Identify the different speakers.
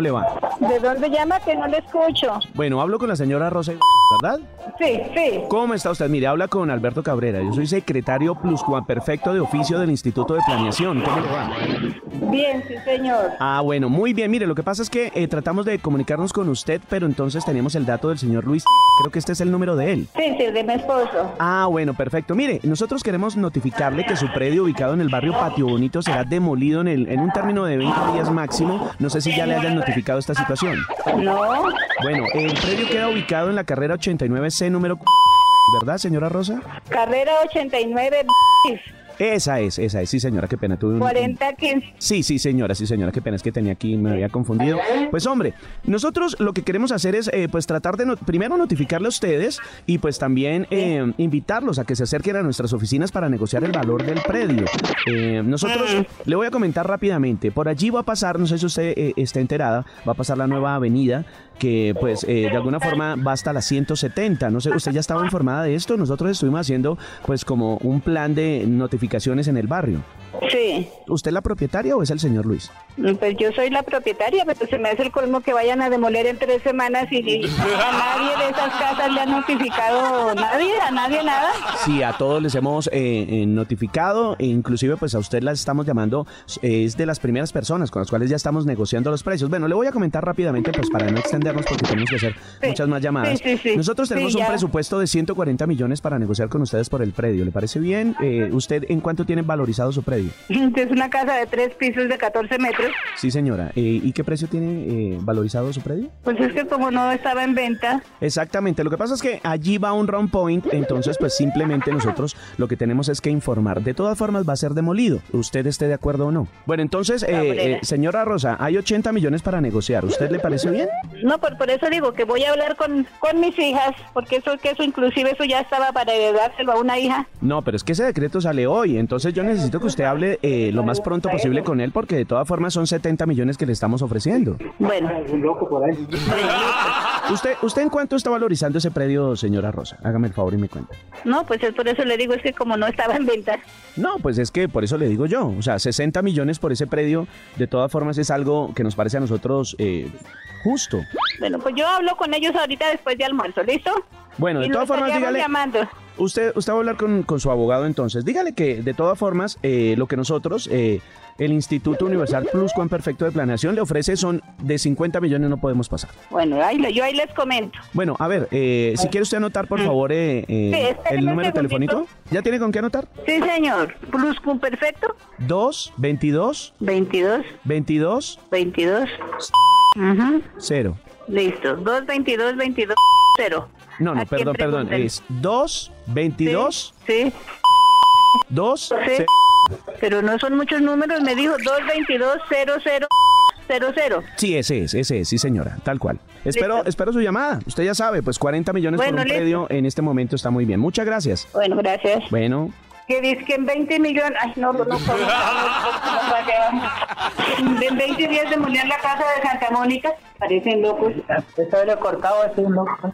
Speaker 1: le va?
Speaker 2: ¿De dónde llama que no le escucho?
Speaker 1: Bueno, hablo con la señora Rosa, ¿verdad?
Speaker 2: Sí, sí.
Speaker 1: ¿Cómo está usted? Mire, habla con Alberto Cabrera. Yo soy secretario pluscuamperfecto de oficio del Instituto de Planeación. ¿Cómo le va?
Speaker 2: Bien, sí, señor.
Speaker 1: Ah, bueno, muy bien. Mire, lo que pasa es que eh, tratamos de comunicarnos con usted, pero entonces tenemos el dato del señor Luis. Creo que este es el número de él.
Speaker 2: Sí, sí, de mi esposo.
Speaker 1: Ah, bueno, perfecto. Mire, nosotros queremos notificarle que su predio ubicado en el barrio Patio Bonito será demolido en, el, en un término de 20 días máximo. No sé si ya le hayan notificado esta situación.
Speaker 2: No,
Speaker 1: Bueno, el predio queda ubicado en la carrera 89C número... cu- ¿Verdad, señora Rosa?
Speaker 2: carrera 89,
Speaker 1: Esa es, esa es. Sí, señora, qué pena. Tuve un-
Speaker 2: 40, 15.
Speaker 1: Sí, sí, señora, sí, señora, qué pena, es que tenía aquí, me había confundido. Pues hombre, nosotros lo que queremos hacer es, eh, pues tratar de, no- primero notificarle a ustedes y pues también eh, invitarlos a que se acerquen a nuestras oficinas para negociar el valor del predio. Eh, nosotros, le voy a comentar rápidamente, por allí va a pasar, no sé si usted eh, está enterada, va a pasar la nueva avenida que pues eh, de alguna forma va hasta la 170, no sé, usted ya estaba informada de esto, nosotros estuvimos haciendo pues como un plan de notificaciones en el barrio.
Speaker 2: Sí.
Speaker 1: ¿Usted es la propietaria o es el señor Luis?
Speaker 2: Pues yo soy la propietaria, pero se me hace el colmo que vayan a demoler en tres semanas y, y a nadie de esas casas le ha notificado nadie, a nadie nada.
Speaker 1: Sí, a todos les hemos eh, eh, notificado e inclusive pues a usted la estamos llamando, eh, es de las primeras personas con las cuales ya estamos negociando los precios. Bueno, le voy a comentar rápidamente pues para no extendernos porque tenemos que hacer
Speaker 2: Sí,
Speaker 1: muchas más llamadas.
Speaker 2: sí, sí, sí.
Speaker 1: Nosotros tenemos
Speaker 2: Sí,
Speaker 1: un
Speaker 2: ya.
Speaker 1: presupuesto de 140 millones para negociar con ustedes por el predio, ¿le parece bien? Eh, ¿Usted en cuánto tiene valorizado su predio?
Speaker 2: Es una casa de tres pisos de 14 metros.
Speaker 1: Sí, señora. Eh, ¿Y qué precio tiene eh, valorizado su predio?
Speaker 2: Pues es que como no estaba en venta,
Speaker 1: Exactamente, lo que pasa es que allí va un round point, entonces pues simplemente nosotros lo que tenemos es que informar. De todas formas va a ser demolido, usted esté de acuerdo o no. Bueno, entonces, eh,
Speaker 2: Cabrera.
Speaker 1: eh, señora Rosa, hay 80 millones para negociar, ¿usted le parece bien?
Speaker 2: no, por, por eso digo que voy a hablar con, con mis hijas, porque eso, que eso inclusive eso ya estaba para heredárselo a una hija.
Speaker 1: No, pero es que ese decreto sale hoy, entonces yo necesito que usted hable eh, lo más pronto posible con él porque de todas formas son 70 millones que le estamos ofreciendo.
Speaker 2: Bueno,
Speaker 1: ¿Usted, usted en cuánto está valorizando ese predio, señora Rosa? Hágame el favor y me cuenta.
Speaker 2: no, pues es por eso le digo, es que como no estaba en venta,
Speaker 1: No, pues es que por eso le digo yo. O sea, 60 millones por ese predio, de todas formas es algo que nos parece a nosotros eh, justo.
Speaker 2: bueno, pues yo hablo con ellos ahorita después de almuerzo, ¿listo?
Speaker 1: Bueno, de
Speaker 2: Y
Speaker 1: todas
Speaker 2: nos
Speaker 1: formas,
Speaker 2: estaríamos
Speaker 1: dígale.
Speaker 2: llamando.
Speaker 1: Usted, usted va a hablar con, con su abogado entonces. Dígale que, de todas formas, eh, lo que nosotros, eh, el Instituto Universal Plus Cuán Perfecto de Planeación, le ofrece son de 50 millones, no podemos pasar.
Speaker 2: Bueno, ahí, le- yo ahí les comento.
Speaker 1: Bueno, a ver, eh, si quiere usted anotar, por favor, eh, eh,
Speaker 2: Sí, espéreme
Speaker 1: el
Speaker 2: un
Speaker 1: número
Speaker 2: segundito.
Speaker 1: telefónico. ¿Ya tiene con qué anotar?
Speaker 2: Sí, señor. Plus cum perfecto,
Speaker 1: 2 22
Speaker 2: 22,
Speaker 1: 22
Speaker 2: 22. Ujú,
Speaker 1: 0.
Speaker 2: Listo, 2, 22, 22, 0.
Speaker 1: No,
Speaker 2: ¿A
Speaker 1: no,
Speaker 2: quién
Speaker 1: perdón, perdón. Eh,
Speaker 2: preguntan?
Speaker 1: Es 2,
Speaker 2: Sí,
Speaker 1: 22,
Speaker 2: Sí,
Speaker 1: 2,
Speaker 2: Sí. pero no son muchos números, me dijo 2, 22, 0, 0, 0, 0.
Speaker 1: Sí, ese es, ese es, sí señora, tal cual. Espero,
Speaker 2: Listo.
Speaker 1: espero su llamada. Usted ya sabe, pues 40 millones
Speaker 2: Bueno,
Speaker 1: por un
Speaker 2: listo.
Speaker 1: predio en este momento está muy bien. Muchas gracias.
Speaker 2: Bueno, gracias.
Speaker 1: Bueno,
Speaker 2: Que dice que en 20 millones. Ay, no, no, no, no, no, no, no, no, no. En 20 días demolían la casa de Santa Mónica. Parecen locos. Esto de lo cortado es un loco.